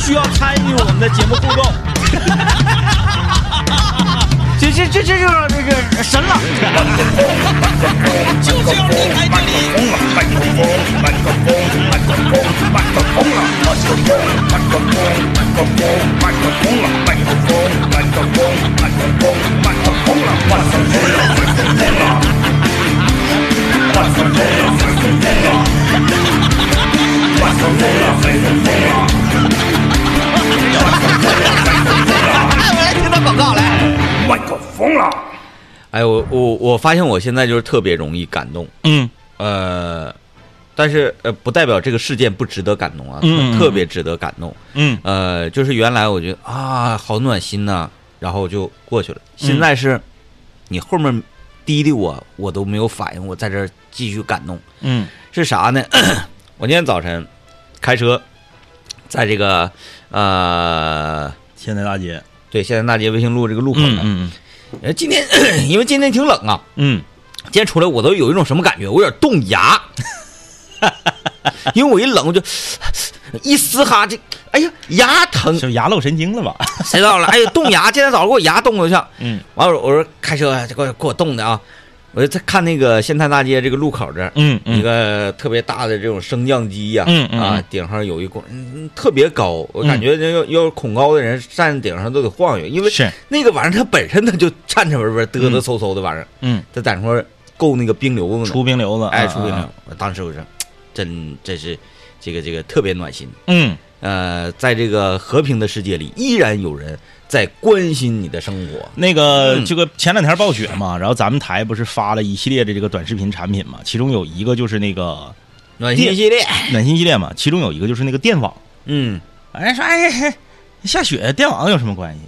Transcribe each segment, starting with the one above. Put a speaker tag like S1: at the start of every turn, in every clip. S1: 需要参与我们的节目互动。
S2: 这这这这就是这个神了。
S1: 就是要离开这里。
S2: 哎，我来听段广告来。
S3: 麦克风了，
S4: 哎，我我我发现我现在就是特别容易感动，
S1: 嗯，
S4: 呃，但是呃，不代表这个事件不值得感动啊，
S1: 嗯
S4: 特别值得感动。
S1: 嗯，
S4: 呃，就是原来我觉得啊，好暖心呐、然后就过去了。现
S1: 嗯
S4: 在是，你后面滴滴我，我都没有反应，我在这儿继续感动。
S1: 嗯
S4: 是啥呢？ 我今天早晨开车，在这个呃，
S1: 现代大街。
S4: 对，现在大街卫星路这个路口呢，
S1: 嗯
S4: 呃今天 因为今天挺冷啊，
S1: 嗯
S4: 今天出来我都有一种什么感觉？我有点冻牙， 因为我一冷我就一嘶哈，这哎呀牙疼
S1: 嗯，，是牙漏神经了吧？
S4: 谁知道了？哎呀冻牙，今天早上给我牙冻得像。
S1: 嗯
S4: 完了我说开车给我给我冻的啊，我就在看那个仙探大街这个路口这儿。
S1: 嗯
S4: 一个特别大的这种升降机呀、
S1: 嗯嗯
S4: 啊
S1: 嗯，
S4: 顶上有一拱，嗯特别高，我感觉要要是恐高的人站顶上都得晃悠，因为
S1: 是
S4: 那个玩意儿它本身它就站着边边嘚嘚嗖嗖的玩意儿，
S1: 嗯，
S4: 它在那块儿够那个冰瘤子呢，
S1: 出冰瘤子，
S4: 哎
S1: 啊
S4: 出冰瘤
S1: 啊，
S4: 我当时我说，真真是这个这个特别暖心。
S1: 嗯，
S4: 呃，在这个和平的世界里，依然有人在关心你的生活。
S1: 那个
S4: 嗯
S1: 这个前两天暴雪嘛，然后咱们台不是发了一系列的这个短视频产品嘛，其中有一个就是那个
S4: 暖心系列，
S1: 暖心系列嘛，其中有一个就是那个电网，
S4: 嗯，
S1: 哎说哎嘿下雪电网有什么关系？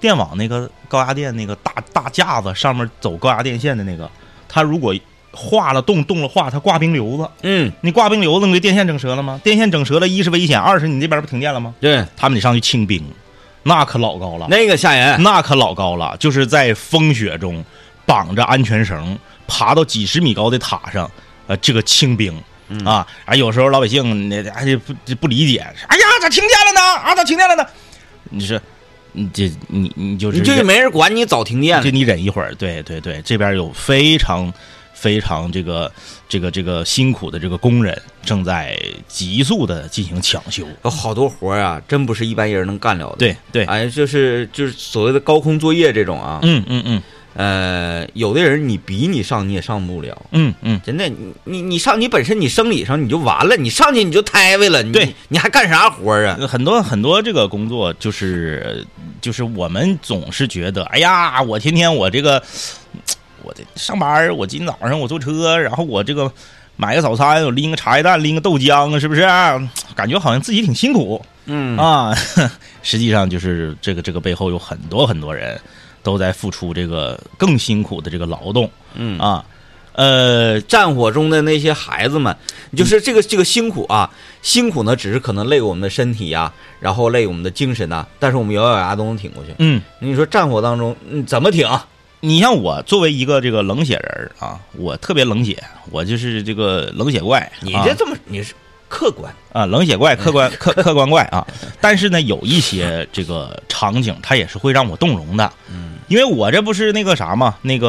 S1: 电网那个高压电那个大大架子上面走高压电线的那个，它如果化了冻冻了化，它挂冰瘤子，
S4: 嗯，
S1: 你挂冰瘤子，你给电线整折了吗？电线整折了，一是危险，二是你这边不停电了吗？
S4: 对，
S1: 他们得上去清冰，那可老高了。
S4: 那个吓人，
S1: 那可老高了，就是在风雪中绑着安全绳，爬到几十米高的塔上，呃，这个清兵。
S4: 嗯
S1: 啊，啊，有时候老百姓那还得不不理解，哎呀，咋停电了呢？啊，咋停电了呢？你说，你这你你就是
S4: 你就是没人管你，早停电
S1: 就
S4: 了。
S1: 你忍一会儿，对对对，这边有非常非常这个这个这个辛苦的这个工人正在急速的进行抢修，
S4: 有好多活儿啊，真不是一般人能干了的。，
S1: 对对，
S4: 哎，就是就是所谓的高空作业这种啊，
S1: 嗯嗯嗯
S4: 呃，有的人你比你上你也上不了，
S1: 嗯嗯，
S4: 真的，你你你上你本身你生理上你就完了，你上去你就胎位了，你
S1: 对
S4: 你还干啥活儿啊？
S1: 很多很多这个工作就是就是我们总是觉得，哎呀，我天天我这个我得上班儿，我今早上我坐车，然后我这个买个早餐，我拎个茶叶蛋，拎个豆浆，是不是、啊感觉好像自己挺辛苦
S4: 嗯
S1: 啊？ 实际上就是这个这个背后有很多很多人都在付出这个更辛苦的这个劳动
S4: 嗯
S1: 啊，呃，
S4: 战火中的那些孩子们，就是这个这个辛苦啊，辛苦呢，只是可能累我们的身体呀、然后累我们的精神呐、但是我们咬咬牙都能挺过去。
S1: 嗯。
S4: 你说战火当中，嗯，怎么挺？
S1: 你像我作为一个这个冷血人儿啊，我特别冷血，我就是这个冷血怪。
S4: 你
S1: 啊
S4: 这这么、你是客观，
S1: 啊，冷血怪、客观客客观怪啊。但是呢，有一些这个场景，它也是会让我动容的。嗯，因为我这不是那个啥嘛，那个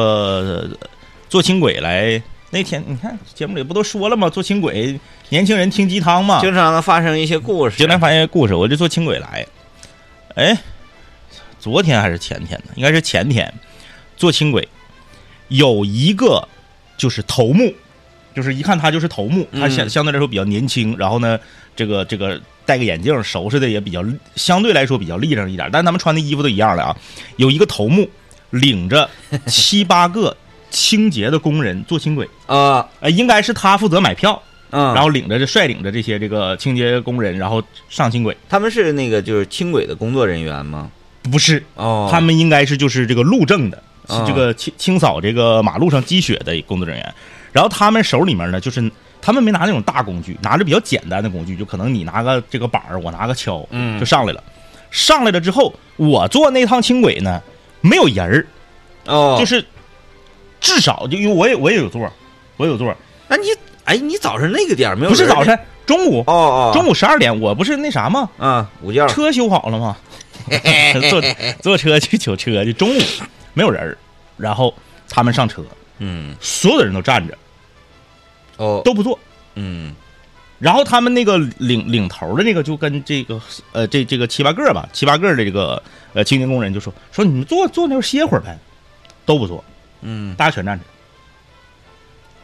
S1: 呃坐轻轨来那天，你看节目里不都说了吗？坐轻轨，年轻人听鸡汤嘛，
S4: 经常的发生一些故事。
S1: 经常发现故事，我就坐轻轨来。哎，昨天还是前天呢？应该是前天，坐轻轨有一个就是头目，就是一看他就是头目，他相
S4: 嗯
S1: 相对来说比较年轻，然后呢，这个这个戴个眼镜，收拾的也比较相对来说比较立正一点，但他们穿的衣服都一样的啊。有一个头目领着七八个清洁的工人坐轻轨，
S4: 啊，
S1: 呃，应该是他负责买票，
S4: 嗯，
S1: 然后领着这率领着这些这个清洁工人，然后上轻轨。
S4: 他们是那个就是轻轨的工作人员吗？
S1: 不是，
S4: 哦，
S1: 他们应该是就是这个路政的，
S4: 啊
S1: 是这个清清扫这个马路上积雪的工作人员。然后他们手里面呢，就是他们没拿那种大工具，拿着比较简单的工具，就可能你拿个这个板儿，我拿个锹，
S4: 嗯
S1: 就上来了。上来了之后，我坐那趟轻轨呢，没有人儿，
S4: 哦，
S1: 就是至少就因为我也我也有座儿，我有座儿，
S4: 那你哎，你早上那个点儿没有
S1: 不是
S4: 人
S1: 早晨，中午
S4: 哦哦，
S1: 中午十二点，我不是那啥吗？
S4: 啊，午觉
S1: 车修好了 吗？坐坐车去取车去，中午没有人儿，然后他们上车，
S4: 嗯
S1: 所有的人都站着，
S4: 哦
S1: 都不坐。
S4: 嗯
S1: 然后他们那个领领头的那个就跟这个呃这这个七八个吧，七八个的这个呃清洁工人就说说你们坐坐那块儿歇会儿呗，都不坐，
S4: 嗯
S1: 大家全站着，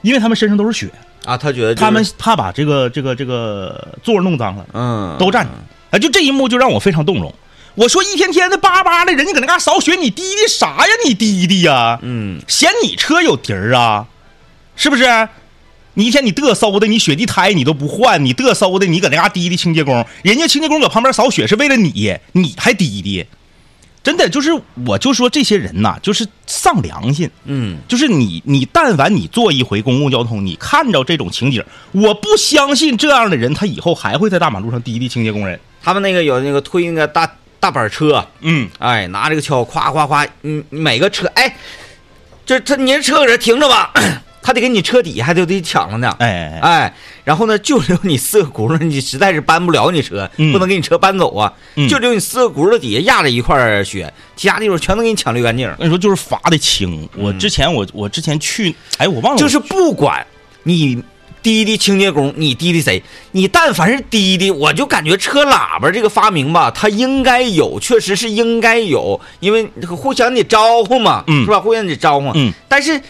S1: 因为他们身上都是血，
S4: 啊，他觉得就是
S1: 他们怕把这个这个这个座儿弄脏了，
S4: 嗯
S1: 都站着。哎，就这一幕就让我非常动容。我说一天天的巴巴的，人家搁那嘎扫雪，你滴滴啥呀？你滴滴呀？
S4: 嗯
S1: 嫌你车有底儿啊？是不是？你一天你嘚瑟的，你雪地胎你都不换，你嘚瑟的，你搁那嘎滴滴清洁工，人家清洁工搁旁边扫雪是为了你，你还滴滴，真的就是我就说这些人呐、就是丧良心。
S4: 嗯
S1: 就是你，你但凡你坐一回公共交通，你看着这种情景，我不相信这样的人他以后还会在大马路上滴滴清洁工人。
S4: 他们那个有那个推那个大大板车，
S1: 嗯，
S4: 哎，拿这个锹夸夸夸，嗯，每个车哎，这他您车搁这停着吧， 他得给你车底下还得得抢了呢。
S1: 哎哎哎，
S4: 哎，然后呢，就留你四个轱辘，你实在是搬不了你车，
S1: 嗯
S4: 不能给你车搬走啊，
S1: 嗯
S4: 就留你四个轱辘底下压着一块儿雪，其他地方全都给你抢溜干净儿
S1: 我。跟你说就是罚的轻。我之前我我之前去，哎，我忘了，
S4: 嗯就是不管你滴滴清洁工，你滴滴谁，你但凡是滴滴，我就感觉车喇叭这个发明吧，它应该有，确实是应该有，因为互相得招呼嘛，
S1: 嗯
S4: 是吧？互相得招呼，
S1: 嗯。
S4: 但是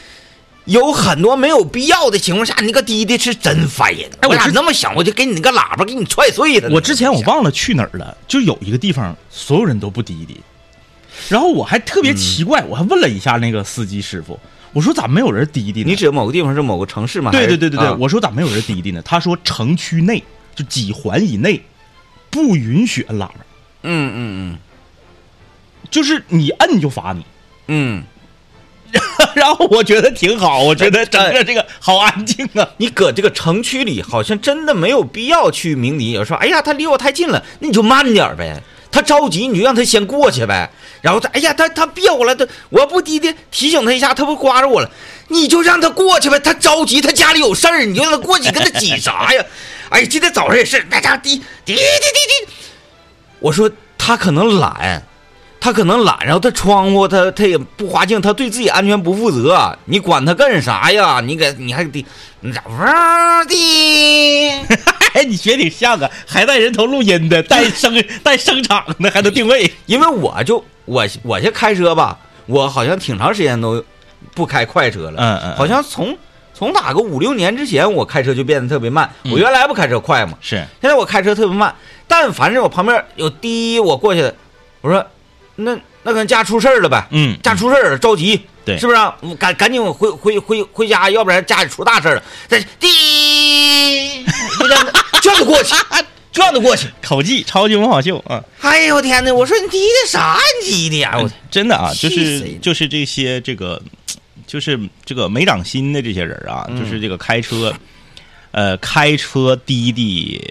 S4: 有很多没有必要的情况下，你那个滴滴是真烦人。
S1: 哎我
S4: 咋
S1: 之
S4: 那么想？我就给你那个喇叭给你踹碎了呢。
S1: 我之前我忘了去哪儿了，就有一个地方所有人都不滴滴，然后我还特
S4: 嗯
S1: 别奇怪，我还问了一下那个司机师傅，我说咋没有人滴滴呢？
S4: 你指某个地方是某个城市吗？还
S1: 对
S4: 是
S1: 对对对对，
S4: 啊
S1: 我说咋没有人滴滴呢？他说城区内就几环以内不允许摁喇叭，
S4: 嗯嗯
S1: 就是你摁就罚你。
S4: 嗯嗯，
S1: 然后我觉得挺好，我觉得整个这个好安静啊。
S4: 你搁这个城区里，好像真的没有必要去鸣笛。有时候，哎呀，他离我太近了，那你就慢点儿呗。他着急，你就让他先过去呗。然后他，哎呀，他他别我了，他我不滴滴提醒他一下，他不刮着我了，你就让他过去呗。他着急，他家里有事儿，你就让他过去，跟他挤啥呀？哎，今天早上也是，大家滴滴滴滴滴滴。我说他可能懒，他可能懒，然后他窗户他他也不滑净，他对自己安全不负责，你管他干啥呀？你给你还得你咋哇的？
S1: 哎，你学挺像啊，还带人头录音的，带声带声场的，还能 定位。
S4: 因为我就我我先开车吧，我好像挺长时间都不开快车了，
S1: 嗯嗯嗯
S4: 好像从从哪个五六年之前，我开车就变得特别慢。
S1: 嗯
S4: 我原来不开车快嘛，
S1: 是，
S4: 现在我开车特别慢，但凡是我旁边有滴，我过去，我说那那可能家出事儿了呗，
S1: 嗯
S4: 家出事儿了着急，
S1: 对
S4: 是不是啊、我赶赶紧我回回回回家，要不然家里出大事儿了。再滴，就这样子，就让他过去，就让他过去。
S1: 口技超级模仿秀啊！
S4: 哎呦我天哪！我说你滴的啥你滴的哎呀？我
S1: 真的啊，就
S4: 气死
S1: 是
S4: 人
S1: 就是这些这个，就是这个没长心的这些人啊，就是
S4: 嗯
S1: 这个开车，呃，开车滴滴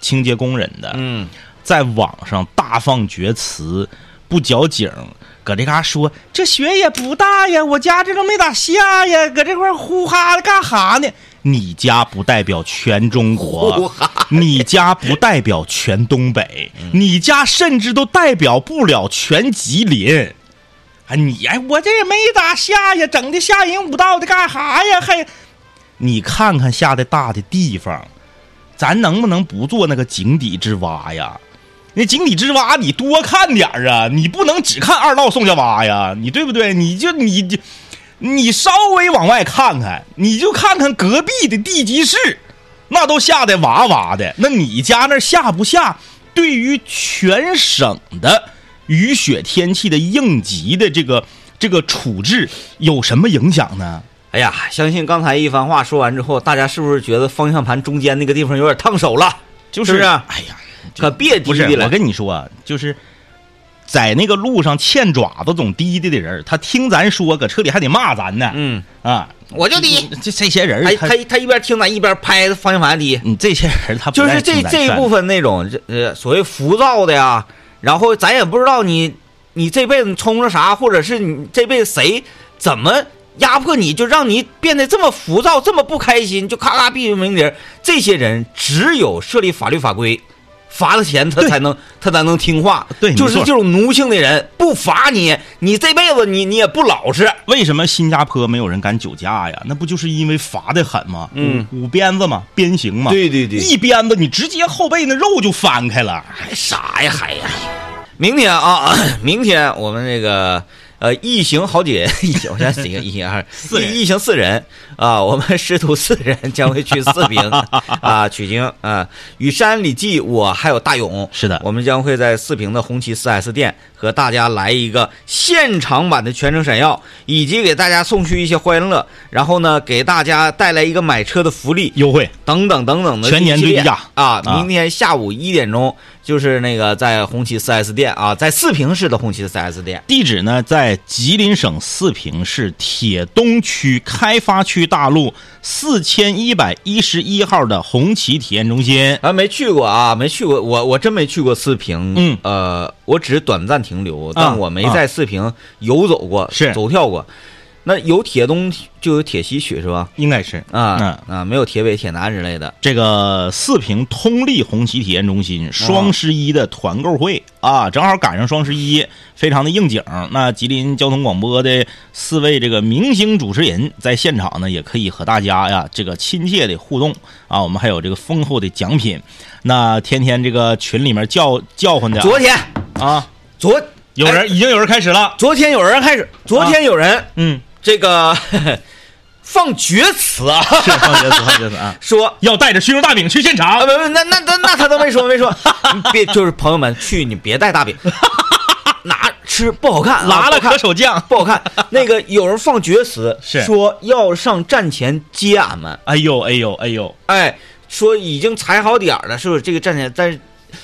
S1: 清洁工人的，
S4: 嗯
S1: 在网上大放厥词，不矫情，搁这嘎说这雪也不大呀，我家这都没咋下呀，搁这块儿呼哈的干哈呢？你家不代表全中
S4: 呼
S1: 国
S4: 哈，
S1: 你家不代表全东北，你家甚至都代表不了全吉林。哎，你哎，我这也没咋下呀，整的吓人五道的干哈呀？还，你看看下的大的地方，咱能不能不做那个井底之蛙呀？那井底之蛙，你多看点儿啊！你不能只看二道宋家洼呀，你对不对？你就你就你稍微往外看看，你就看看隔壁的地级市，那都下的哇哇的。那你家那下不下？对于全省的雨雪天气的应急的这个这个处置有什么影响呢？
S4: 哎呀，相信刚才一番话说完之后，大家是不是觉得方向盘中间那个地方有点烫手了？
S1: 就是
S4: 是不是啊
S1: 哎呀，
S4: 可别滴
S1: 不是
S4: 滴，了
S1: 我。跟你说啊，就是在那个路上欠爪子总滴滴的人儿，他听咱说，搁车里还得骂咱呢。
S4: 嗯，
S1: 啊，
S4: 我就滴。
S1: 这这些人
S4: 哎，
S1: 儿，
S4: 他他一边听咱一边拍方向盘滴，
S1: 你这些人儿他不
S4: 就是
S1: 爱
S4: 这
S1: 听咱
S4: 这一
S1: 劝
S4: 部分那种这呃所谓浮躁的呀，然后咱也不知道你你这辈子冲着啥，或者是你这辈子谁怎么压迫你，就让你变得这么浮躁，这么不开心，就咔咔闭着鸣笛儿。这些人只有设立法律法规，罚了钱他
S1: 对
S4: 才能他才能听话。
S1: 对
S4: 就
S1: 没
S4: 是
S1: 错
S4: 这种奴性的人，不罚你，你这辈子你你也不老实。
S1: 为什么新加坡没有人敢酒驾呀？那不就是因为罚的狠吗？嗯，五鞭子嘛，鞭刑嘛。
S4: 对对对
S1: 一鞭子你直接后背那肉就翻开了。哎
S4: 还啥呀，还呀！明天啊， 明天我们这个呃，一行好姐，一行我现在几个一啊行二
S1: 四人
S4: 一一行四人啊，我们师徒四人将会去四 平啊取经啊，雨山、李记，我还有大勇。
S1: 是的
S4: 我们将会在四平的红旗 4S 店和大家来一个现场版的全程闪耀，以及给大家送去一些欢乐，然后呢，给大家带来一个买车的福利。
S1: 优惠，
S4: 等等等等的
S1: 全年
S4: 一系列
S1: 最低价
S4: 啊！
S1: 啊
S4: 明天下午一点钟，就是那个在红旗 4S 店啊，在四平市的红旗 4S 店。
S1: 地址呢在吉林省四平市铁东区开发区大路四千一百一十一号的红旗体验中心。
S4: 啊，没去过啊，没去过，我我真没去过四平，
S1: 嗯
S4: 呃，我只是短暂停留，但我没
S1: 啊
S4: 在四平游走过，
S1: 是
S4: 走跳过。那有铁东就有铁西区是吧？
S1: 应该是
S4: 啊
S1: 嗯
S4: 啊，没有铁北、铁南之类的。
S1: 这个四平通力红旗体验中心双十一的团购会啊，正好赶上双十一，非常的应景。那吉林交通广播的四位这个明星主持人在现场呢，也可以和大家呀这个亲切的互动啊。我们还有这个丰厚的奖品。那天天这个群里面叫叫唤的
S4: 昨天
S1: 啊，
S4: 昨
S1: 有人已经有人开始了，
S4: 昨天有人开始，昨天有人、
S1: 嗯，
S4: 这个 放厥词啊，
S1: 是放厥词，放厥词 啊，
S4: 说
S1: 要带着熏肉大饼去现场
S4: 啊，不。不，那那那那他都没说没 说，你别就是朋友们去你别带大饼，拿吃不好看，
S1: 拉了
S4: 看
S1: 可手酱，
S4: 不好看。那个有人放厥词，
S1: 是
S4: 说要上战前接俺们，
S1: 哎呦哎呦哎呦，
S4: 哎，说已经踩好点儿了，是不是？这个战前，但是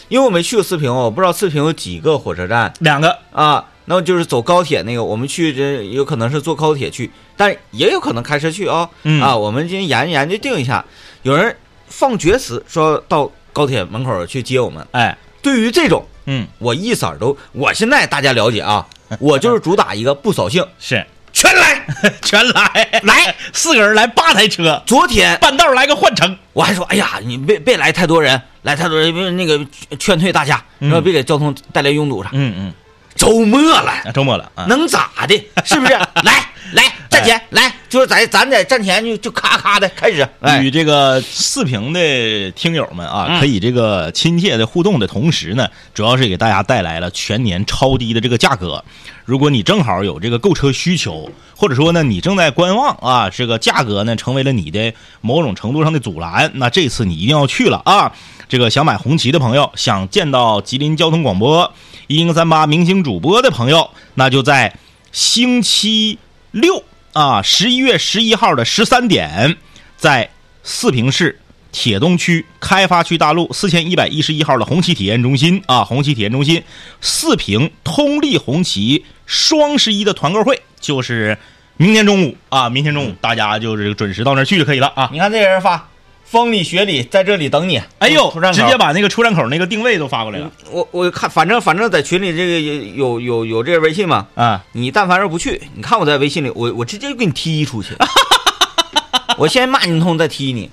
S4: 因为我没去过四平，我不知道四平有几个火车站
S1: 两个
S4: 啊。那么就是走高铁那个，我们去这有可能是坐高铁去，但也有可能开车去啊、
S1: 嗯
S4: 啊，我们今天研研究定一下，有人放厥词说到高铁门口去接我们。
S1: 哎，
S4: 对于这种，
S1: 嗯
S4: 我一色儿都，我现在大家了解啊，我就是主打一个不扫兴，
S1: 是。
S4: 全来。
S1: 全来来，四个人来八台车，
S4: 昨天
S1: 半道来个换乘，
S4: 我还说，哎呀，你别别来太多人，来太多人，别那个劝退大家，
S1: 嗯
S4: 说别给交通带来拥堵啥。
S1: 嗯嗯，
S4: 周末了，
S1: 啊周末了啊，哎
S4: 能咋的？是 不是？来来，站前来，就是咱咱在站前就就咔咔的开始，哎
S1: 与，这个四平的听友们啊，
S4: 嗯
S1: 可以这个亲切的互动的同时呢，主要是给大家带来了全年超低的这个价格。如果你正好有这个购车需求，或者说呢你正在观望啊，这个价格呢成为了你的某种程度上的阻拦，那这次你一定要去了啊！这个想买红旗的朋友，想见到吉林交通广播一零三八明星主播的朋友，那就在星期六啊，十一月十一号的十三点。在四平市铁东区开发区大路四千一百一十一号的红旗体验中心啊，红旗体验中心，四平通力红旗双十一的团购会就是明天中午啊，明天中
S4: 嗯
S1: 午大家就是准时到那儿去就可以了啊。
S4: 你看这人发，风里雪里在这里等你。
S1: 哎呦
S4: 哦出站，口
S1: 直接把那个出站口那个定位都发过来了
S4: 我我看，反正反正在群里这个有有有有这个微信嘛，
S1: 啊！
S4: 你但凡是不去，你看我在微信里，我我直接就给你踢出 去，我先骂你一通再踢你。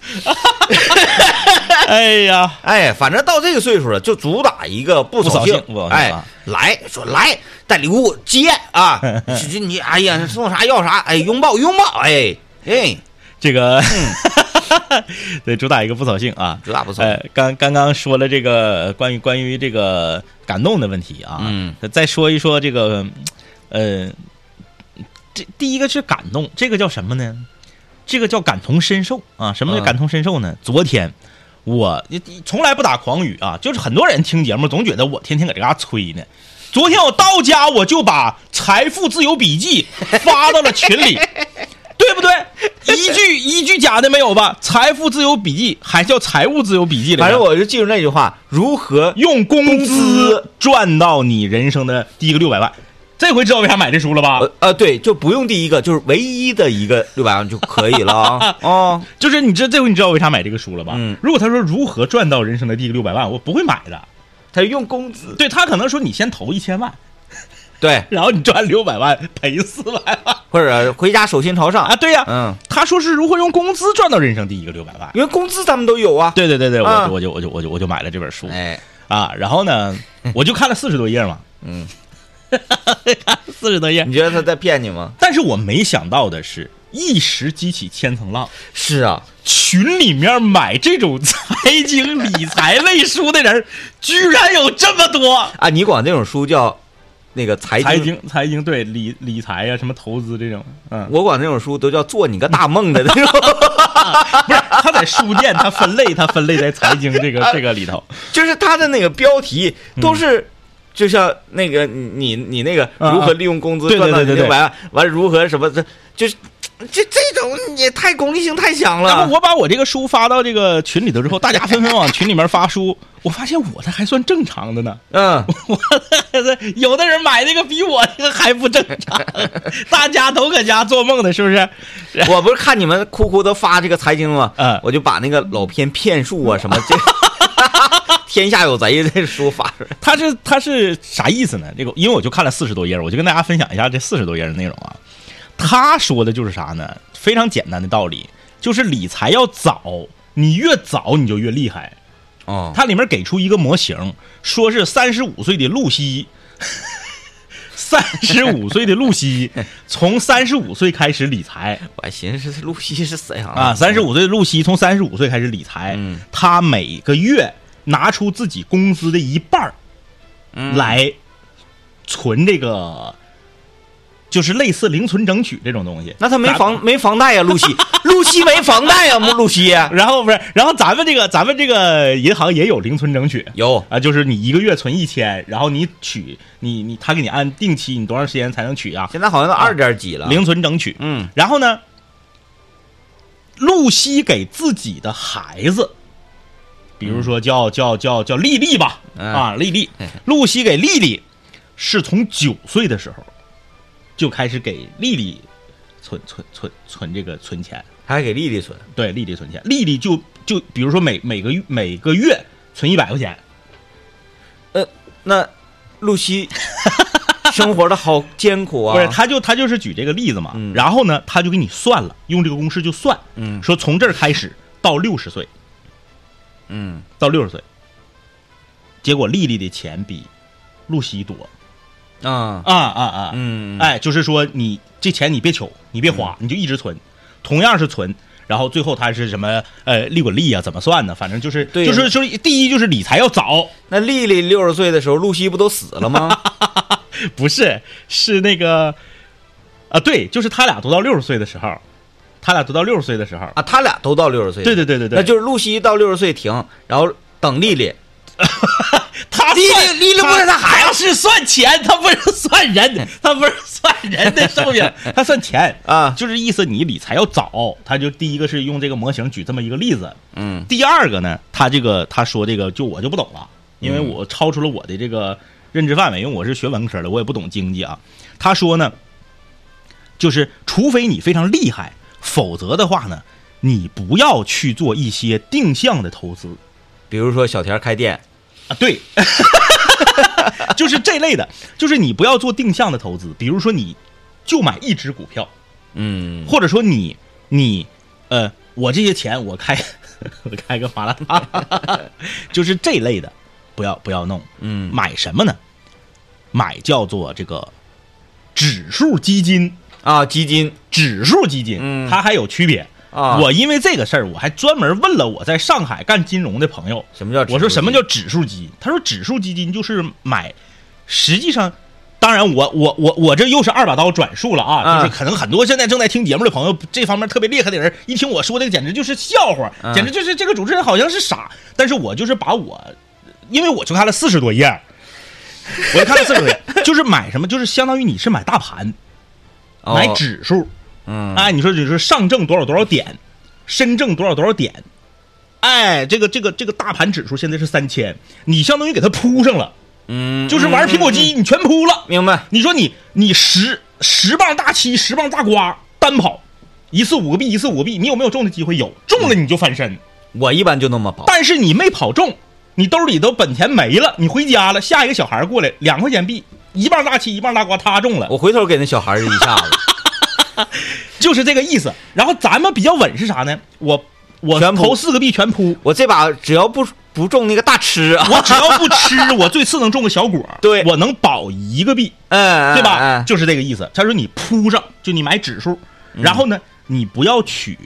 S1: 哎呀，
S4: 哎，反正到这个岁数了，就主打一个不扫
S1: 不扫兴不扫兴
S4: 哎
S1: 啊，
S4: 来说来带礼物接啊，这这你哎呀送啥要啥，哎拥抱拥抱，哎哎，
S1: 这个，
S4: 嗯
S1: 对，主打一个不扫兴啊。
S4: 主打不错。
S1: 呃，刚刚刚说了这个关于关于这个感动的问题啊，
S4: 嗯，
S1: 再说一说这个，呃，这第一个是感动，这个叫什么呢？这个叫感同身受啊！什么叫
S4: 嗯
S1: 感同身受呢？昨天我从来不打诳语啊，就是很多人听节目总觉得我天天搁这嘎吹呢。昨天我到家我就把《财富自由笔 记》发到了群里，对不对？一句一句假的没有吧？《财富自由笔记》还叫《财务自由笔记》来
S4: 反
S1: 着？
S4: 正我就记住那句话，如何
S1: 用工
S4: 工
S1: 资
S4: 资
S1: 赚到你人生的第一个六百万。这回知道为啥买这书了吧？
S4: 呃呃对，就不用第一个，就是唯一的一个六百万就可以了啊哦
S1: 就是你这这回你知道为啥买这个书了吧？
S4: 嗯
S1: 如果他说如何赚到人生的第一个六百万，我不会买的。
S4: 他用工资，
S1: 对他可能说你先投一千万，
S4: 对
S1: 然后你赚六百万，赔四百万。
S4: 或者回家手心朝上
S1: 啊，。对呀、
S4: 嗯，
S1: 他说是如何用工资赚到人生第一个六百万。
S4: 因为工资咱们都有啊。
S1: 对对对对，我
S4: 啊
S1: 就我就我就我就我就买了这本书
S4: 哎，
S1: 啊，然后 呢，我就看了四十多页嘛，
S4: 嗯，
S1: 四十多页。
S4: 你觉得他在骗你吗？
S1: 但是我没想到的是，一石激起千层浪，
S4: 是啊，
S1: 群里面买这种财经理财类书的人，居然有这么多。
S4: 啊，你管这种书叫那个财
S1: 财经财经对理理财啊呀、什么投资这种，嗯，
S4: 我管那种书都叫做你个大梦的那种，
S1: 不是他在书店，他分类，他分类在财经这个这个里头，
S4: 就是它的那个标题
S1: 嗯
S4: 都是。就像那个你你你那个
S1: 啊
S4: 如何利用工资
S1: 对对
S4: 赚到
S1: 对对
S4: 六
S1: 对
S4: 百万，完了如何什么这就是这这种也太功利性太强
S1: 然后
S4: 了。
S1: 我把我这个书发到这个群里头之后，大家纷纷往群里面发书， 我发现我的还算正常的呢，
S4: 嗯，
S1: 我的 有的人买那个比我这个还不正 常，大家都搁家做梦呢，是不是？
S4: 我不是看你们哭哭的发这个财经吗？
S1: 嗯
S4: 我就把那个老偏骗术啊什么 这天下有贼这书发出来。
S1: 他是他是啥意思呢？这个因为我就看了四十多页儿，我就跟大家分享一下这四十多页儿的内容啊。他说的就是啥呢？非常简单的道理，就是理财要早，你越早你就越厉害。
S4: 哦，
S1: 它里面给出一个模型，说是三十五岁的露西，三十五岁的 露西从三十五岁开始理财
S4: 我还哎寻思是露西是谁啊？
S1: 啊，三十五岁的露西从三十五岁开始理财，
S4: 嗯
S1: 她每个月拿出自己工资的一半儿
S4: 嗯
S1: 来存这个，就是类似零存整取这种东西。
S4: 那他没
S1: 咱
S4: 房没房贷呀、啊露西，露西没房贷呀、露西啊
S1: 然后不是，然后咱们这个咱们这个银行也有零存整取。
S4: 有
S1: 啊，就是你一个月存一千，然后你取你你他给你按定期，你多长时间才能取啊？
S4: 现在好像都
S1: 啊
S4: 二点几了。
S1: 零存整取。
S4: 嗯
S1: 然后呢，露西给自己的孩子，比如说叫叫叫叫丽丽吧，
S4: 嗯
S1: 啊，丽丽
S4: 嘿嘿，
S1: 露西给丽丽是从九岁的时候就开始给丽丽存存存存这个存钱，
S4: 还给丽丽存，
S1: 对，丽丽存钱，丽丽就就比如说每每个月每个月存一百块钱，
S4: 呃那露 西生活的好艰苦啊。
S1: 不是，他就他就是举这个例子嘛，
S4: 嗯
S1: 然后呢，他就给你算了，用这个公式就算，
S4: 嗯
S1: 说从这儿开始到六十岁，
S4: 嗯，
S1: 到六十岁，结果丽丽的钱比露西多
S4: 啊
S1: 啊啊啊！
S4: 嗯
S1: 哎，就是说你这钱你别求，你别花，你就一直存，同样是存。然后最后他是什么呃利滚利啊？怎么算呢？反正就是
S4: 对呀
S1: 就是就是第一就是理财要早，
S4: 那丽丽六十岁的时候，露西不都死了吗？
S1: 不是，是那个，啊，对，就是他俩读到六十岁的时候，他俩读到六十岁的时候，
S4: 啊，他俩都到六十岁。
S1: 对对对对对，
S4: 那就是露西到六十岁停，然后等丽丽。
S1: 他
S4: 丽丽
S1: 算
S4: 丽丽不是他孩子
S1: 他是算钱，他不是算人，他不是算人的 寿命，他算钱
S4: 啊
S1: 就是意思你理财要早，他就第一个是用这个模型举这么一个例子，
S4: 嗯
S1: 第二个呢，他这个他说这个就我就不懂了，
S4: 嗯
S1: 因为我超出了我的这个认知范围，因为我是学文科的，我也不懂经济啊。他说呢，就是除非你非常厉害，否则的话呢，你不要去做一些定向的投资
S4: 比如说小田开店，
S1: 啊，对。 就是这类的，就是你不要做定向的投资，比如说你就买一只股票，
S4: 嗯，
S1: 或者说你你呃，我这些钱我开我开个麻辣烫， 就是这类的，不要不要弄。
S4: 嗯
S1: 买什么呢？买叫做这个指数基金，
S4: 啊，基金
S1: 指数基金，
S4: 嗯
S1: 它还有区别。
S4: 啊，
S1: 我因为这个事儿，我还专门问了我在上海干金融的朋友，
S4: 什么啊叫指数基金？
S1: 我说什么叫指数基金？他说指数基金就是买，实际上，当然我我我我这又是二把刀转述了啊，
S4: 嗯
S1: 就是可能很多现在正在听节目的朋友，这方面特别厉害的人，一听我说这个简直就是笑话，
S4: 嗯
S1: 简直就是这个主持人好像是傻，但是我就是把我，因为我就看了四十多页儿，我就看了四十多页 儿，就是买什么，就是相当于你是买大盘，
S4: 哦
S1: 买？指数，
S4: 嗯
S1: 哎，你说你说上证多少多少点，深证多少多少点，哎，这个这个这个大盘指数现在是三千，你相当于给它铺上了，
S4: 嗯，
S1: 就是玩苹果肌，你全铺了。
S4: 明白。
S1: 你说你你十十磅大七，十磅大瓜单跑，一次五个币，一次五个币，你有没有中的机会？有，中了你就翻身，
S4: 我一般就那么跑。
S1: 但是你没跑中，你兜里头本钱没了，你回家了，下一个小孩过来，两块钱币，一磅大七，一磅大瓜，他中了。
S4: 我回头给那小孩儿一下子，
S1: 就是这个意思。然后咱们比较稳是啥呢？我我
S4: 全扑
S1: 投四个币全扑，
S4: 我这把只要不不中那个大吃啊，
S1: 我只要不吃，我最次能中个小果儿，
S4: 对
S1: 我能保一个币，
S4: 嗯，
S1: 对吧？
S4: 嗯
S1: 就是这个意思。他说你扑上，就你买指数，然后呢，你不要取，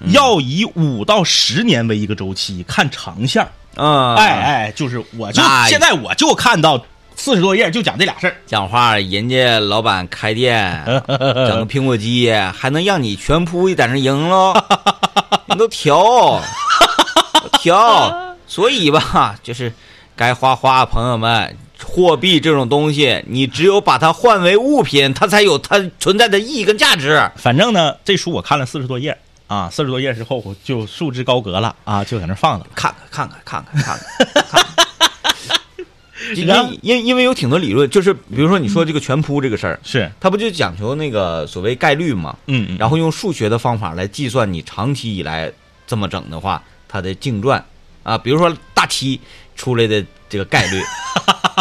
S4: 嗯
S1: 要以五到十年为一个周期看长线儿。
S4: 嗯，
S1: 哎，哎，就是我就
S4: 那
S1: 现在我就看到四十多页就讲这俩事 儿，
S4: 讲话人家老板开店，整个苹果肌还能让你全扑一在那赢 喽，你都调 调，所以吧，就是该花花，朋友们。货币这种东西，你只有把它换为物品，它才有它存在的意义跟价值。
S1: 反正呢，这书我看了四十多页啊，四十多页之后我就束之高阁了啊，就搁那放着。
S4: 看看看看看看看 看，因
S1: 然后
S4: 为因为因为有挺多理论，就是比如说你说这个全扑这个事儿，
S1: 是，
S4: 它不就讲究那个所谓概率嘛？
S1: 嗯嗯，
S4: 然后用数学的方法来计算你长期以来这么整的话，它的净赚啊，比如说大七出来的这个概率，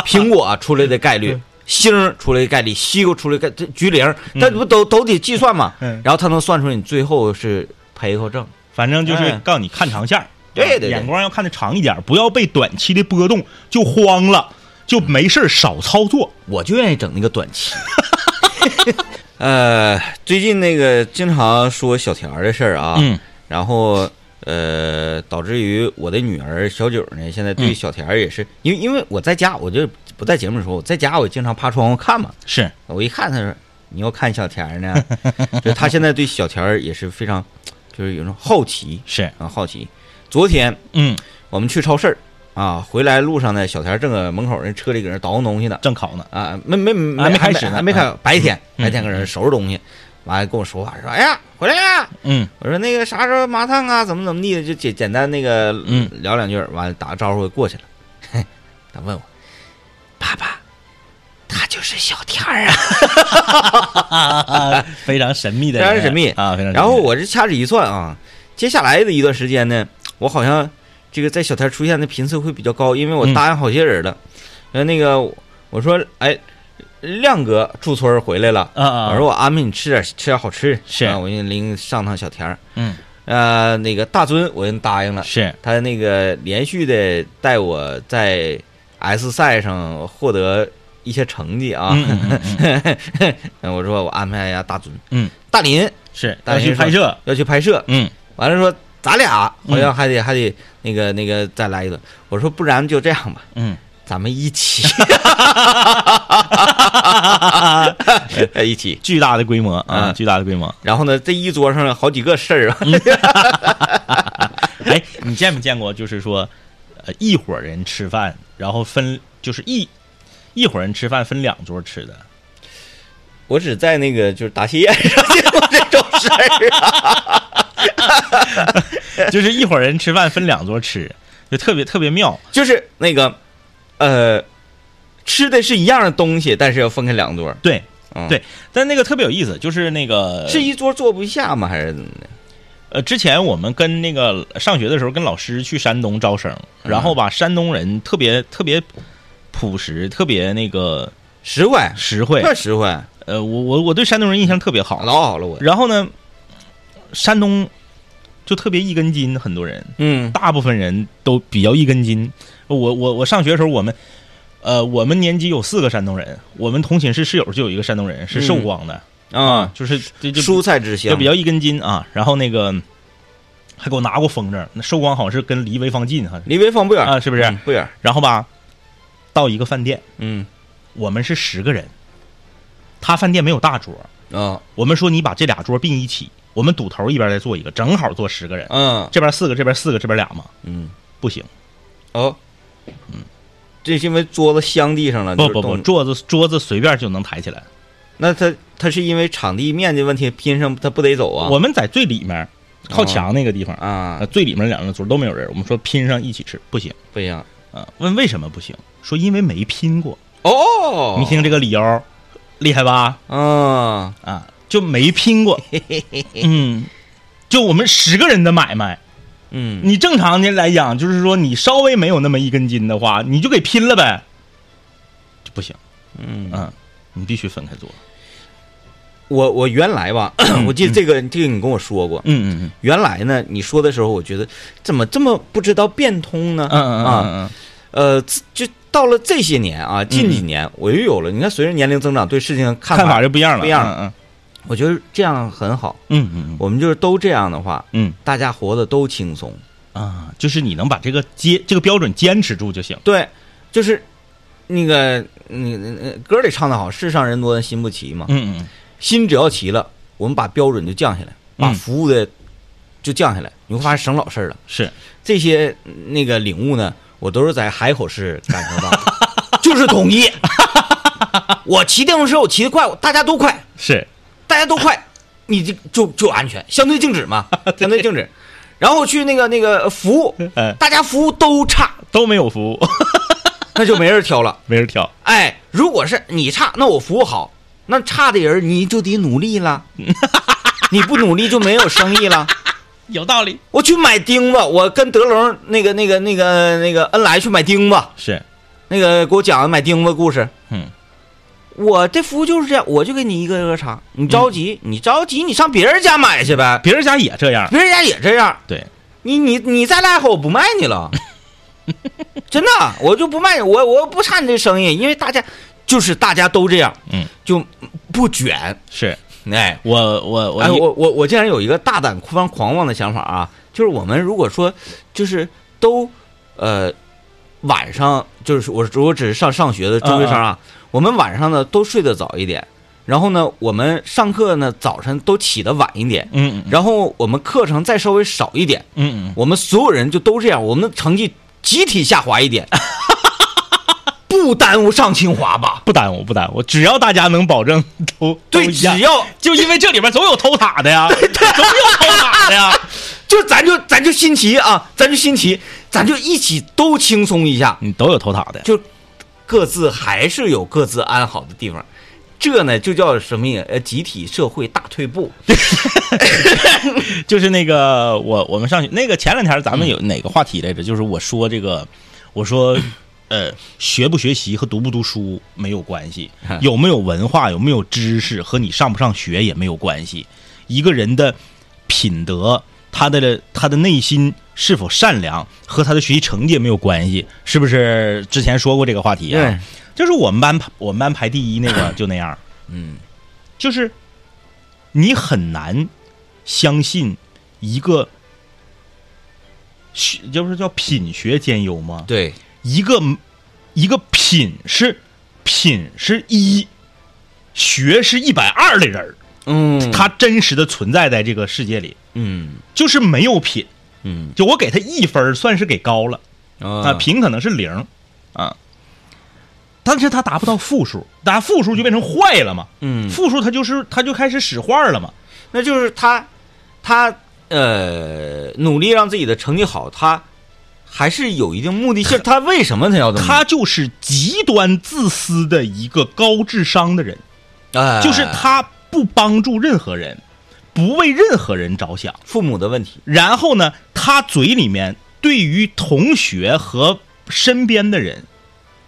S4: 苹果、啊出来的概率
S1: 嗯，
S4: 星儿出来的概率，西瓜出来的概这橘零，它不都都得计算嘛？
S1: 嗯
S4: 然后它能算出你最后是赔或挣。
S1: 反正就是
S4: 哎
S1: 告诉你看长线儿，
S4: 对对
S1: 啊
S4: 对
S1: 眼光要看得长一点，不要被短期的波动就慌了，就没事儿少操作。
S4: 我就愿意整那个短期。 呃，最近那个经常说小田儿的事儿啊，
S1: 嗯，
S4: 然后呃，导致于我的女儿小九呢，现在对
S1: 嗯
S4: 小田儿也是，因为因为我在家，我就不在节目的时候，我在家我经常趴窗户看嘛，
S1: 是，
S4: 我一看她说你要看小田儿呢， 就是她现在对小田儿也是非常，就是有一种好奇
S1: 是，
S4: 啊好奇。昨天
S1: 嗯，
S4: 我们去超市儿啊，回来路上呢，小田儿正搁门口那车里搁那倒腾东西呢，
S1: 正考呢。
S4: 啊，没没没
S1: 还没开始呢
S4: 还没开，白天
S1: 嗯
S4: 白天搁这收拾东西，完了跟我说话说，哎呀，回来呀！
S1: 嗯
S4: 我说那个啥时候麻烫啊，怎么怎么地的，就简简单那个
S1: 嗯
S4: 聊两句，完了打个招呼就过去了。嘿他问我，爸爸，他就是小天儿 啊。
S1: 啊，非常神秘的
S4: 非
S1: 人，
S4: 常神秘
S1: 啊，非常神秘。
S4: 然后我这掐指一算啊，接下来的一段时间呢，我好像这个在小天出现的频次会比较高，因为我
S1: 嗯
S4: 答应好些人了。呃，那个我说，哎，亮哥驻村儿回来了。
S1: 啊啊，
S4: 我说我安排你吃点吃点好吃，
S1: 是
S4: 啊，我给你领上趟小田儿。
S1: 嗯
S4: 呃，那个大尊我给你答应了，
S1: 是，
S4: 他那个连续的带我在 S 赛上获得一些成绩啊。
S1: 嗯嗯 嗯嗯
S4: 我说我安排一下大尊，
S1: 嗯，
S4: 大林
S1: 是
S4: 大
S1: 要
S4: 家
S1: 去
S4: 说
S1: 拍摄，
S4: 要去拍摄，
S1: 嗯
S4: 完了说咱俩好像还得、还得那个那个再来一顿。我说不然就这样吧，
S1: 嗯，
S4: 咱们一 起， 哎一起。
S1: 巨大的规模啊，
S4: 嗯
S1: 巨大的规模。
S4: 然后呢，这一桌上好几个事儿啊，
S1: 嗯哎，你见没见过？就是说，呃，一伙人吃饭，然后分就是一一伙人吃饭分两桌吃的。
S4: 我只在那个就是答谢宴上见过这种事儿啊。
S1: 就是一伙人吃饭分两桌吃，就特别特别妙。
S4: 就是那个，呃，吃的是一样的东西，但是要分开两桌，
S1: 对
S4: 嗯
S1: 对，但那个特别有意思，就是那个
S4: 是一桌坐不下吗？还是怎么的？
S1: 呃，之前我们跟那个上学的时候跟老师去山东招生，
S4: 嗯
S1: 然后吧，山东人特别特别朴实，特别那个
S4: 实惠，
S1: 实惠。
S4: 特实惠，
S1: 呃，我我我对山东人印象特别好。
S4: 老好了我。
S1: 然后呢，山东就特别一根筋，很多人。
S4: 嗯
S1: 大部分人都比较一根筋。我我我上学的时候，我们呃，我们年级有四个山东人，我们同寝室室友就有一个山东人
S4: 嗯
S1: 是寿光的，
S4: 啊，
S1: 就是就就
S4: 蔬菜之乡，
S1: 就比较一根筋啊。然后那个还给我拿过风筝，那寿光好像是跟离潍坊近哈
S4: 离潍坊不远
S1: 啊，是不是？
S4: 嗯不远，
S1: 然后吧，到一个饭店，
S4: 嗯
S1: 我们是十个人，他饭店没有大桌，
S4: 啊
S1: 我们说你把这俩桌并一起，我们赌头一边再坐一个，正好坐十个人，
S4: 嗯
S1: 这边四个，这边四个，这边俩嘛，
S4: 嗯
S1: 不行。
S4: 哦，这是因为桌子镶地上了，
S1: 不
S4: 就是
S1: 不不，
S4: 动
S1: 桌子桌子随便就能抬起来。
S4: 那它它是因为场地面积问题拼上，它不得走啊？
S1: 我们在最里面，靠墙那个地方，
S4: 啊
S1: 呃，最里面两个桌都没有人。我们说拼上一起吃不行
S4: 不一样
S1: 啊？问为什么不行？说因为没拼过。
S4: 哦，
S1: 你听这个理由，厉害吧？
S4: 啊，
S1: 啊，就没拼 过。嗯，就我们十个人的买卖，
S4: 嗯
S1: 你正常的来讲，就是说你稍微没有那么一根筋的话，你就给拼了呗，就不行。啊
S4: 嗯
S1: 嗯，你必须分开做。
S4: 我我原来 吧，我记得这个这个你跟我说过，
S1: 嗯嗯
S4: 原来呢你说的时候，我觉得怎么这么不知道变通呢？
S1: 嗯嗯
S4: 啊，
S1: 嗯
S4: 呃，自就到了这些年啊，近几年我又有了。你看，随着年龄增长，对事情的
S1: 嗯，
S4: 看
S1: 看法就不一样了，
S4: 不一样了我觉得这样很好。
S1: 嗯。嗯嗯
S4: 我们就是都这样的话，
S1: 嗯
S4: 大家活得都轻松。
S1: 嗯啊，就是你能把这个坚这个标准坚持住就行。
S4: 对，就是那个，那个那个歌里唱的好，“世上人多，心不齐”嘛。
S1: 嗯嗯
S4: 心只要齐了，我们把标准就降下来，把
S1: 嗯
S4: 服务的就降下来，你会发现省老事儿了。
S1: 是，
S4: 这些嗯那个领悟呢，我都是在海口市感受到的， 就是统一。我骑电动车，我骑得快，我大家都快，
S1: 是，
S4: 大家都快，你这就就安全，相对静止 嘛，相对静止。然后去那个那个服务，
S1: 嗯，
S4: 大家服务都差，
S1: 都没有服 务，
S4: 那就没人挑了。
S1: 没人挑。
S4: 哎，如果是你差，那我服务好，那差的人你就得努力了，你不努力就没有生意了。
S1: 有道理。
S4: 我去买钉子，我跟德龙那个那个那个那个恩来去买钉子，
S1: 是，
S4: 那个给我讲的买钉子故事。
S1: 嗯，
S4: 我这服务就是这样，我就给你一个个查，你着急，你着急，你上别人家买去呗，
S1: 别人家也这样。
S4: 别人家也这样。
S1: 对，
S4: 你你你再赖和我不卖你了，真的，我就不卖你，我我不差你这生意，因为大家就是大家都这样，
S1: 嗯，
S4: 就不卷，
S1: 是
S4: 哎，
S1: 我我我
S4: 哎，
S1: 一
S4: 我我我竟然有一个大胆、非常狂妄的想法啊，就是我们如果说就是都呃晚上就是我我只是上上学的中学生
S1: 嗯
S4: 啊，我们晚上呢都睡得早一点，然后呢我们上课呢早晨都起得晚一点，
S1: 嗯嗯
S4: 然后我们课程再稍微少一点，
S1: 嗯嗯，
S4: 我们所有人就都这样，我们的成绩集体下滑一 点，不耽误上清华吧？
S1: 不耽误不耽误，只要大家能保 证都
S4: 对，
S1: 都一样
S4: 只要
S1: 就因为这里边总有偷塔的 呀，总有偷塔的呀。
S4: 就咱就咱就新奇啊，咱就新奇，咱就一起都轻松一下，
S1: 你都有偷塔的，
S4: 就各自还是有各自安好的地方。这呢就叫什么呀？呃，集体社会大退步。
S1: 就是那个我我们上去那个前两天咱们有哪个话题来着？就是我说这个，我说。呃，学不学习和读不读书没有关系，有没有文化、有没有知识和你上不上学也没有关系。一个人的品德、他的他的内心是否善良和他的学习成绩也没有关系，是不是？之前说过这个话题啊，
S4: 对
S1: 就是我们班我们班排第一那个就那样，
S4: 嗯，
S1: 就是你很难相信一个学，就是叫品学兼优吗？
S4: 对，
S1: 一个一个品是品是一，学是一百二的人儿，
S4: 嗯，
S1: 他真实的存在在这个世界里，
S4: 嗯
S1: 就是没有品。
S4: 嗯
S1: 就我给他一分儿，算是给高了啊，
S4: 啊
S1: 品可能是零啊，但是他达不到负数，达负数就变成坏了嘛。
S4: 嗯，
S1: 负数它就是它就开始使坏了嘛。
S4: 那就是他他呃努力让自己的成绩好，他还是有一定目的性。他为什么他要这么？
S1: 他就是极端自私的一个高智商的人，
S4: 哎
S1: 就是他不帮助任何人，不为任何人着想。
S4: 父母的问题。
S1: 然后呢，他嘴里面对于同学和身边的人，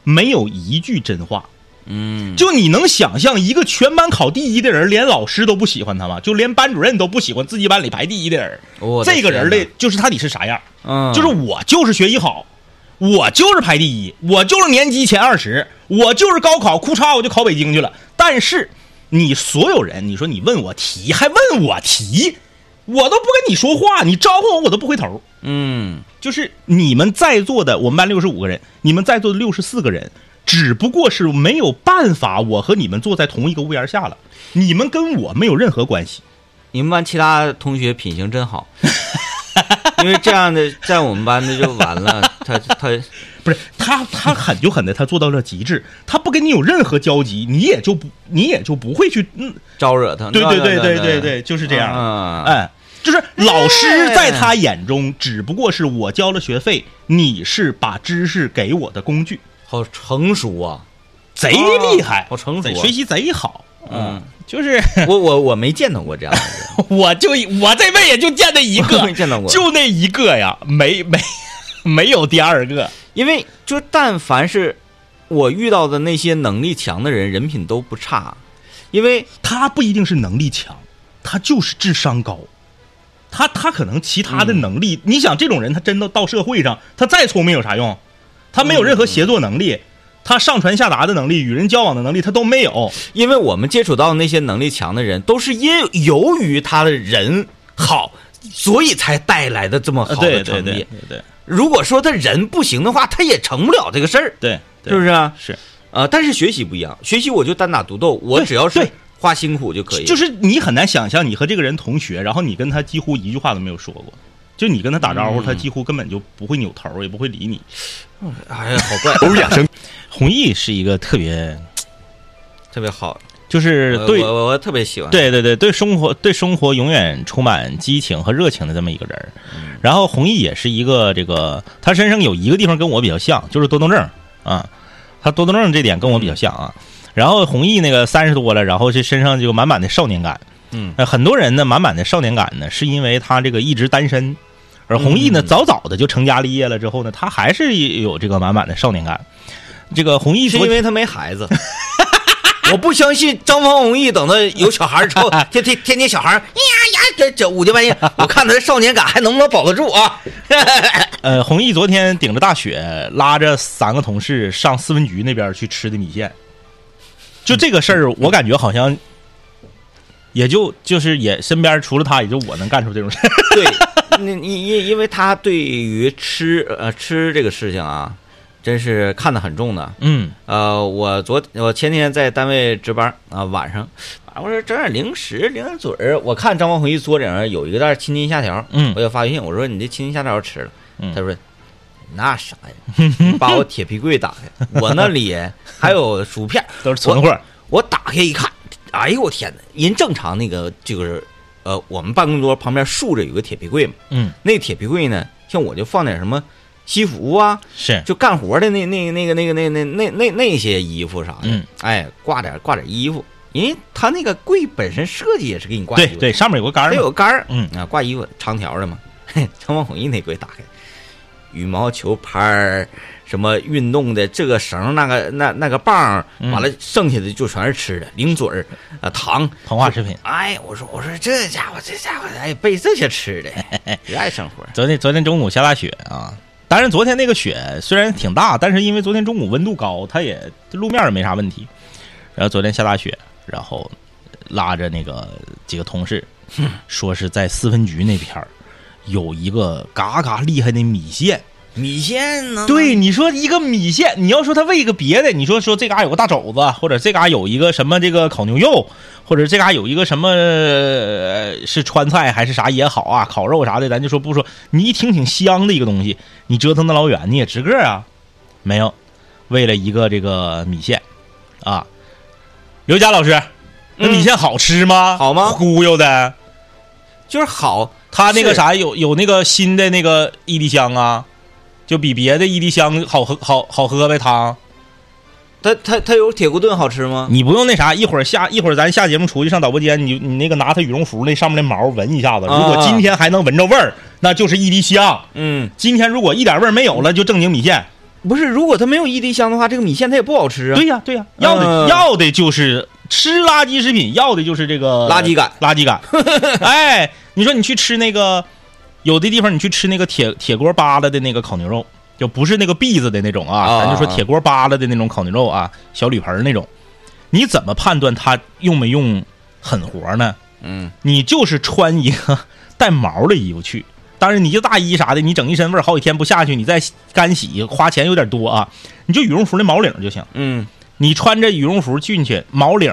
S1: 没有一句真话。
S4: 嗯，
S1: 就你能想象一个全班考第一的人，连老师都不喜欢他吗？就连班主任都不喜欢自己班里排第一的人，
S4: 我的
S1: 这个人
S4: 天
S1: 的就是他得是啥样？
S4: 哪，嗯，
S1: 就是我就是学习好，我就是排第一，我就是年级前二十，我就是高考，哭嚓我就考北京去了。但是你所有人，你说你问我题，还问我题，我都不跟你说话，你招呼我我都不回头。
S4: 嗯，
S1: 就是你们在座的，我们班六十五个人，你们在座的六十四个人，只不过是没有办法，我和你们坐在同一个屋檐下了，你们跟我没有任何关系。
S4: 你们班其他同学品行真 好，因为这样的在我们班的就完 了。他他
S1: 不是他，他狠就狠在他做到了极致，他不跟你有任何交集，你也就不，你也就不会去，嗯，
S4: 招惹他，
S1: 对对对
S4: 那
S1: 对对，对，就是这样，
S4: 嗯，
S1: 哎，就是老
S4: 哎
S1: 师在他眼中只不过是我交了学费，你是把知识给我的工具，
S4: 好成熟啊！
S1: 贼厉害，
S4: 好成熟啊
S1: 贼学习贼好，
S4: 嗯，
S1: 就是。
S4: 我我我没见到过这样的人，
S1: 我就我这辈子也就见那一
S4: 我
S1: 个
S4: 没， 见到过，
S1: 就那一个呀，没没 没有第二个。
S4: 因为就但凡是我遇到的那些能力强的人，人品都不差。因为
S1: 他不一定是能力强，他就是智商高。他他可能其他的能力，你想这种人，他真的到社会上，他再聪明有啥用？他没有任何协作能力，他上传下达的能力、与人交往的能力，他都没有。
S4: 因为我们接触到那些能力强的人，都是因由于他的人好，所以才带来的这么好
S1: 呃啊对
S4: 的
S1: 对
S4: 成
S1: 对
S4: 绩。
S1: 对
S4: 如果说他人不行的话，他也成不了这个事儿，
S1: 对，
S4: 是不是啊？
S1: 是？
S4: 啊，但是学习不一样，学习我就单打独斗，我
S1: 对
S4: 只要是
S1: 对
S4: 花辛苦就可以。
S1: 就是你很难想象，你和这个人同学，然后你跟他几乎一句话都没有说过，就你跟他打招呼，他几乎根本就不会扭头，也不会理你。
S4: 哎呀，好怪，
S1: 弘毅是一个特别，
S4: 特别好，呃
S1: 就是
S4: 我
S1: 对
S4: 我我特别喜欢。
S1: 对对对，对生活对生活永远充满激情和热情的这么一个人儿。
S4: 嗯
S1: 然后弘毅也是一个这个，他身上有一个地方跟我比较像，就是多动症啊，他多动症这点跟我比较像啊。
S4: 嗯
S1: 然后弘毅那个三十多了，然后这身上就满满的少年感。
S4: 嗯
S1: 呃，很多人呢满满的少年感呢，是因为他这个一直单身，而弘毅呢
S4: 嗯
S1: 早早的就成家立业了之后呢，他还是有这个满满的少年感。这个弘毅
S4: 是
S1: 昨
S4: 因为他没孩子。 我不相信张方弘毅等到有小孩儿 之后，天天天天小孩儿呀呀，这这五更半夜，我看他的少年感还能不能保得住 啊？
S1: 呃，弘毅昨天顶着大雪，拉着三个同事上四分局那边去吃的米线。就这个事儿，我感觉好像也就就是也身边除了他，也就我能干出这种事儿。
S4: 对，那因因因为他对于吃呃吃这个事情啊，真是看得很重的。
S1: 嗯
S4: 呃，我昨我前天在单位值班啊、晚上，啊我说整点零食，零点嘴儿。我看张方弘毅桌顶上有一个袋儿青筋虾条，
S1: 嗯
S4: 我就发微信，我说你这青筋虾条吃了，
S1: 嗯
S4: 他说那啥呀，你把我铁皮柜打开，我那 里还有薯片，
S1: 都是存货。
S4: 我打开一看，哎呦我天哪！人正常那个就是，呃，我们办公桌旁边竖着有个铁皮柜嘛，
S1: 嗯，
S4: 那铁皮柜呢，像我就放点什么西服啊，
S1: 是
S4: 就干活的那那那个那个那那那那那些衣服啥的，
S1: 嗯
S4: 哎，挂点挂点衣服，因为他那个柜本身设计也是给你挂衣
S1: 对
S4: 服的，
S1: 对，上面有个杆
S4: 它
S1: 儿
S4: 有
S1: 嘛。
S4: 个杆儿，
S1: 嗯
S4: 啊，挂衣服长条的嘛。 嘿张望红一那柜打开，羽毛球拍儿，什么运动的这个绳儿那个那那个棒儿，
S1: 嗯
S4: 完了剩下的就全是吃的，零嘴儿啊糖。
S1: 膨化食品。
S4: 哎，我说我说这家伙这家伙哎被这些吃的， 热爱生活。
S1: 昨天昨天中午下大雪啊，当然昨天那个雪虽然挺大，但是因为昨天中午温度高，它也路面也没啥问题。然后昨天下大雪，然后拉着那个几个同事，说是在四分局那片儿有一个嘎嘎厉害的米线。
S4: 米线呢？
S1: 对，你说一个米线，你要说它为一个别的，你说说这嘎有个大肘子，或者这嘎有一个什么这个烤牛肉，或者这嘎有一个什么、呃是川菜还是啥也好啊，烤肉啥的，咱就说不说，你一听挺香的一个东西，你折腾那老远你也值个啊，没有，为了一个这个米线，啊，刘佳老师，那米线好吃吗？
S4: 嗯好吗
S1: 忽悠的，
S4: 嗯就是好，
S1: 他那个
S4: 是
S1: 啥有有那个新的那个伊利香啊，就比别的伊利香好喝好好喝呗汤。
S4: 它它它有铁锅炖好吃吗？
S1: 你不用那啥，一会儿下一会儿咱下节目出去上导播间，你你那个拿他羽绒服那上面的毛闻一下子，如
S4: 啊
S1: 果今天还能闻着味儿，那就是伊利香。
S4: 嗯，
S1: 今天如果一点味儿没有了，就正经米线。
S4: 不是，如果它没有一滴香的话，这个米线它也不好吃啊。
S1: 对呀、对呀、要的、
S4: 嗯
S1: 要的就是吃垃圾食品，要的就是这个
S4: 垃圾感，
S1: 垃圾 感。哎，你说你去吃那个，有的地方你去吃那个铁铁锅扒拉的那个烤牛肉，就不是那个篦子的那种啊，
S4: 啊
S1: 咱就说
S4: 啊
S1: 铁锅扒拉的那种烤牛肉啊，小铝盆儿那种，你怎么判断它用没用狠活呢？
S4: 嗯，
S1: 你就是穿一个带毛的衣服去。当然，你就大衣啥的，你整一身味儿，好几天不下去，你再干洗，花钱有点多啊。你就羽绒服那毛领就行。
S4: 嗯，
S1: 你穿着羽绒服进去，毛领，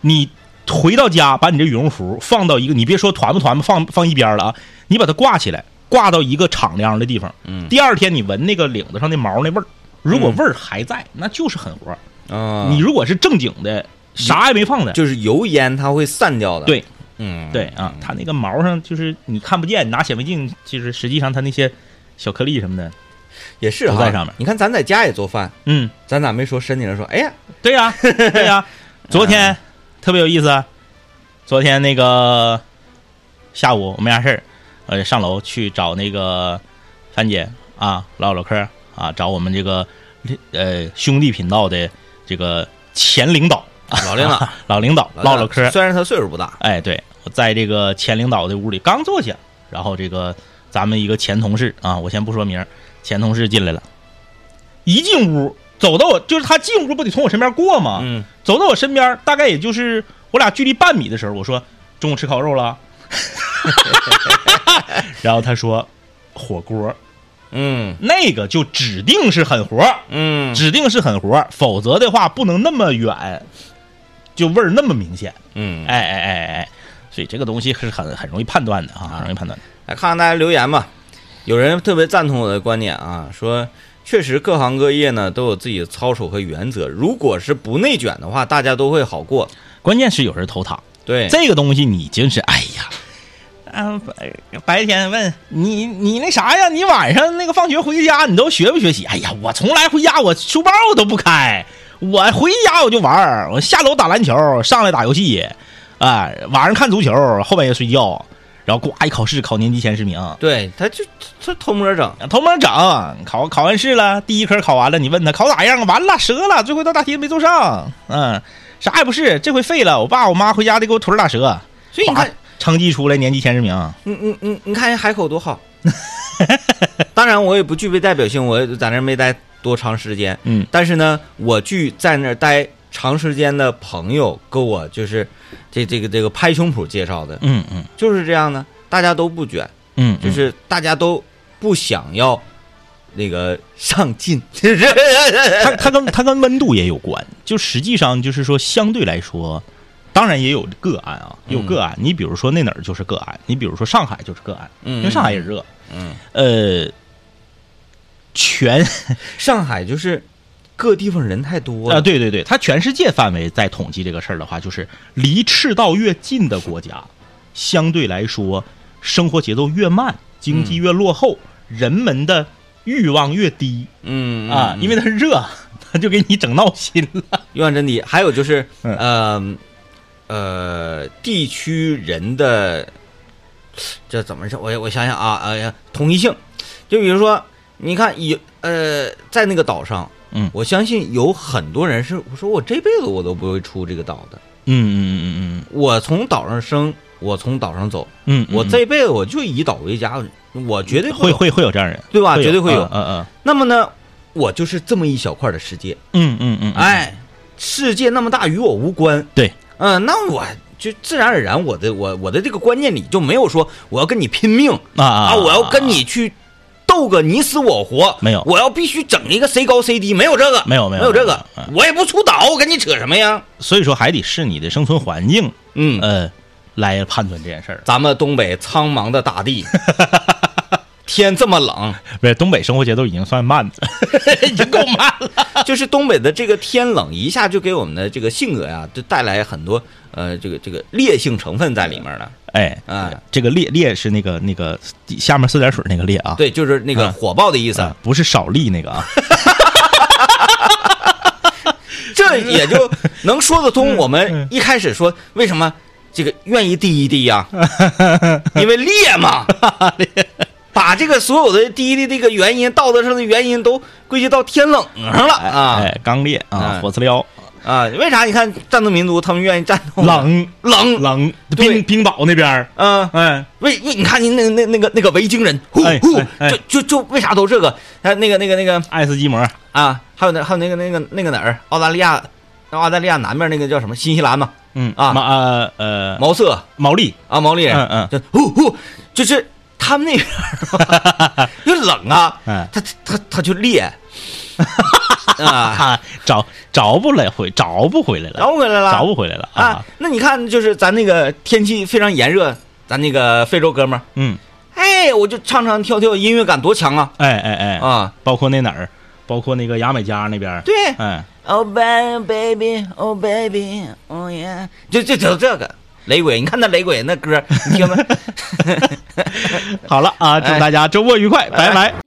S1: 你回到家把你这羽绒服放到一个，你别说团不团吧，放放一边了啊，你把它挂起来，挂到一个敞亮的地方。
S4: 嗯
S1: 第二天你闻那个领子上的毛那味儿，如果味儿还在，那就是狠活儿。
S4: 啊，
S1: 你如果是正经的，啥也没放的，
S4: 就是油烟它会散掉的。
S1: 对，
S4: 嗯，
S1: 对啊，它那个毛上就是你看不见，你拿显微镜，其实实际上它那些小颗粒什么的，
S4: 也是哈
S1: 都在上面
S4: 你看咱在家也做饭，
S1: 嗯，
S4: 咱咋没说身体上说？哎呀，
S1: 对呀、对呀、昨天特别有意思，啊昨天那个下午我没啥事儿，呃，上楼去找那个范姐啊，唠唠嗑儿啊，找我们这个呃兄弟频道的这个前领导
S4: 老 领导
S1: 老领导唠唠嗑。
S4: 虽然他岁数不大，
S1: 哎，对，我在这个前领导的屋里刚坐下，然后这个咱们一个前同事啊，我先不说名儿，前同事进来了，一进屋走到我，就是他进屋不得从我身边过吗？
S4: 嗯，
S1: 走到我身边，大概也就是我俩距离半米的时候，我说中午吃烤肉了， 然后他说火锅，
S4: 嗯
S1: 那个就指定是狠活儿，
S4: 嗯
S1: 指定是狠活儿，否则的话不能那么远，就味儿那么明显。
S4: 嗯，
S1: 哎哎哎哎，所以这个东西是很很容易判断的啊，很容易判断的。
S4: 来看看大家留言吧。有人特别赞同我的观点啊，说确实各行各业呢都有自己的操守和原则，如果是不内卷的话，大家都会好过。
S1: 关键是有人投他，
S4: 对，
S1: 这个东西你就是哎呀，啊，白白天问你你那啥呀，你晚上那个放学回家你都学不学习？哎呀，我从来回家我书包我都不开，我回家我就玩儿，我下楼打篮球，上来打游戏，啊、晚上看足球，后半夜睡觉，然后呱一考试考年级前十名，
S4: 对，他就他偷摸整，
S1: 偷摸整，考考完试了，第一科考完了，你问他考咋样？完了，折了，最后一道大题没做上，嗯，啥也不是，这回废了。我爸我妈回家得给我腿打折，
S4: 所以你看
S1: 呱，成绩出来年级前十名，啊
S4: 你你你你看人海口多 好。当然，我也不具备代表性，我也在那儿没待多长时间。
S1: 嗯，
S4: 但是呢，我去在那儿待长时间的朋友跟我就是这这个这个拍胸脯介绍的，
S1: 嗯嗯
S4: 就是这样呢。大家都不卷，
S1: 嗯，
S4: 就
S1: 嗯
S4: 是大家都不想要那个上 进，嗯就是
S1: 它它跟它跟温度也有关，就实际上就是说相对来说，当然也有个案啊，有个案。你比如说那哪儿就是个案，你比如说上海就是个案，
S4: 嗯
S1: 因为上海也热，
S4: 嗯，
S1: 呃，全
S4: 上海就是各地方人太多
S1: 啊，
S4: 了，
S1: 对对对，它全世界范围在统计这个事儿的话，就是离赤道越近的国家，相对来说生活节奏越慢，经济越落后，人们的欲望越低
S4: 嗯
S1: 啊，因为它热， 它就给你整闹心了。
S4: 用完真谛，还有就是，
S1: 嗯
S4: 呃，呃，地区人的这怎么是？我我想想啊，哎、呀，统一性，就比如说，你看有呃，在那个岛上，
S1: 嗯
S4: 我相信有很多人是我说我这辈子我都不会出这个岛的，
S1: 嗯嗯嗯
S4: 我从岛上生，我从岛上走，
S1: 嗯嗯，嗯
S4: 我这辈子我就以岛为家，我绝对不
S1: 会会会有这样人，
S4: 对吧？绝对会有。
S1: 嗯
S4: 那么呢，我就是这么一小块的世界，
S1: 嗯嗯嗯嗯，，
S4: 哎，世界那么大，与我无关。
S1: 对，
S4: 嗯、那我就自然而然，我的我我的这个观念里就没有说我要跟你拼命
S1: 啊啊，
S4: 我要跟你去斗个你死我活，
S1: 没有
S4: 我要必须整一个谁高谁低，没有这个，
S1: 没有没
S4: 没
S1: 有
S4: 这个
S1: 没有，嗯
S4: 我也不出岛，我跟你扯什么呀？
S1: 所以说还得视你的生存环境，
S4: 嗯，
S1: 呃，来判断这件事儿。
S4: 咱们东北苍茫的大 地。天这么冷，
S1: 不是东北生活节奏已经算慢的，已经够慢 了。
S4: 就是东北的这个天冷，一下就给我们的这个性格呀，就带来很多呃，这个这个烈性成分在里面了。
S1: 哎，
S4: 啊
S1: 这个烈烈是那个那个下面四点水那个烈啊，
S4: 对，就是那个
S1: 嗯
S4: 火爆的意思。
S1: 啊，不是少力那个啊。
S4: 嗯这也就能说得通。我们一开始说为什么这个愿意滴一滴 呀、因为烈 嘛，把这个所有的滴的这个原因、道德上的原因都归结到天冷上了啊
S1: 哎，刚烈啊，
S4: 嗯
S1: 火刺撩，
S4: 啊！为啥？你看战斗民族他们愿意战斗呢
S1: 冷
S4: 冷，
S1: 冷，
S4: 嗯对
S1: 冰冰岛那边儿，
S4: 嗯、
S1: 哎，
S4: 为为你看您那那那个那个维京人，呼
S1: 哎
S4: 呼
S1: 哎，哎
S4: 就就就为啥都这个？他那个那个那个
S1: 爱斯基摩，
S4: 啊，还有那还有那个那个那个哪儿？澳大利亚，澳大利亚南面那个叫什么？新西兰嘛，
S1: 嗯
S4: 啊
S1: 毛呃呃
S4: 毛瑟。
S1: 毛利，
S4: 啊，毛利人，
S1: 嗯嗯
S4: 就呼呼，就是他们那边儿 因为冷啊，
S1: 嗯
S4: 他他他就裂啊，
S1: 啊，找找不来回，找不回来了，
S4: 绕回来了，
S1: 找不回来了
S4: 啊
S1: 啊，。
S4: 那你看，就是咱那个天气非常炎热，咱那个非洲哥们儿，
S1: 嗯，
S4: 哎，我就唱唱跳跳，音乐感多强啊
S1: 哎哎哎，
S4: 啊！
S1: 包括那哪儿，包括那个牙买加那边儿，
S4: 对
S1: 哎，
S2: Oh baby, oh baby, oh yeah。
S4: 就就就这个雷鬼，你看那雷鬼那歌儿，你听没？
S1: 哎好了啊，祝大家周末愉快，拜拜。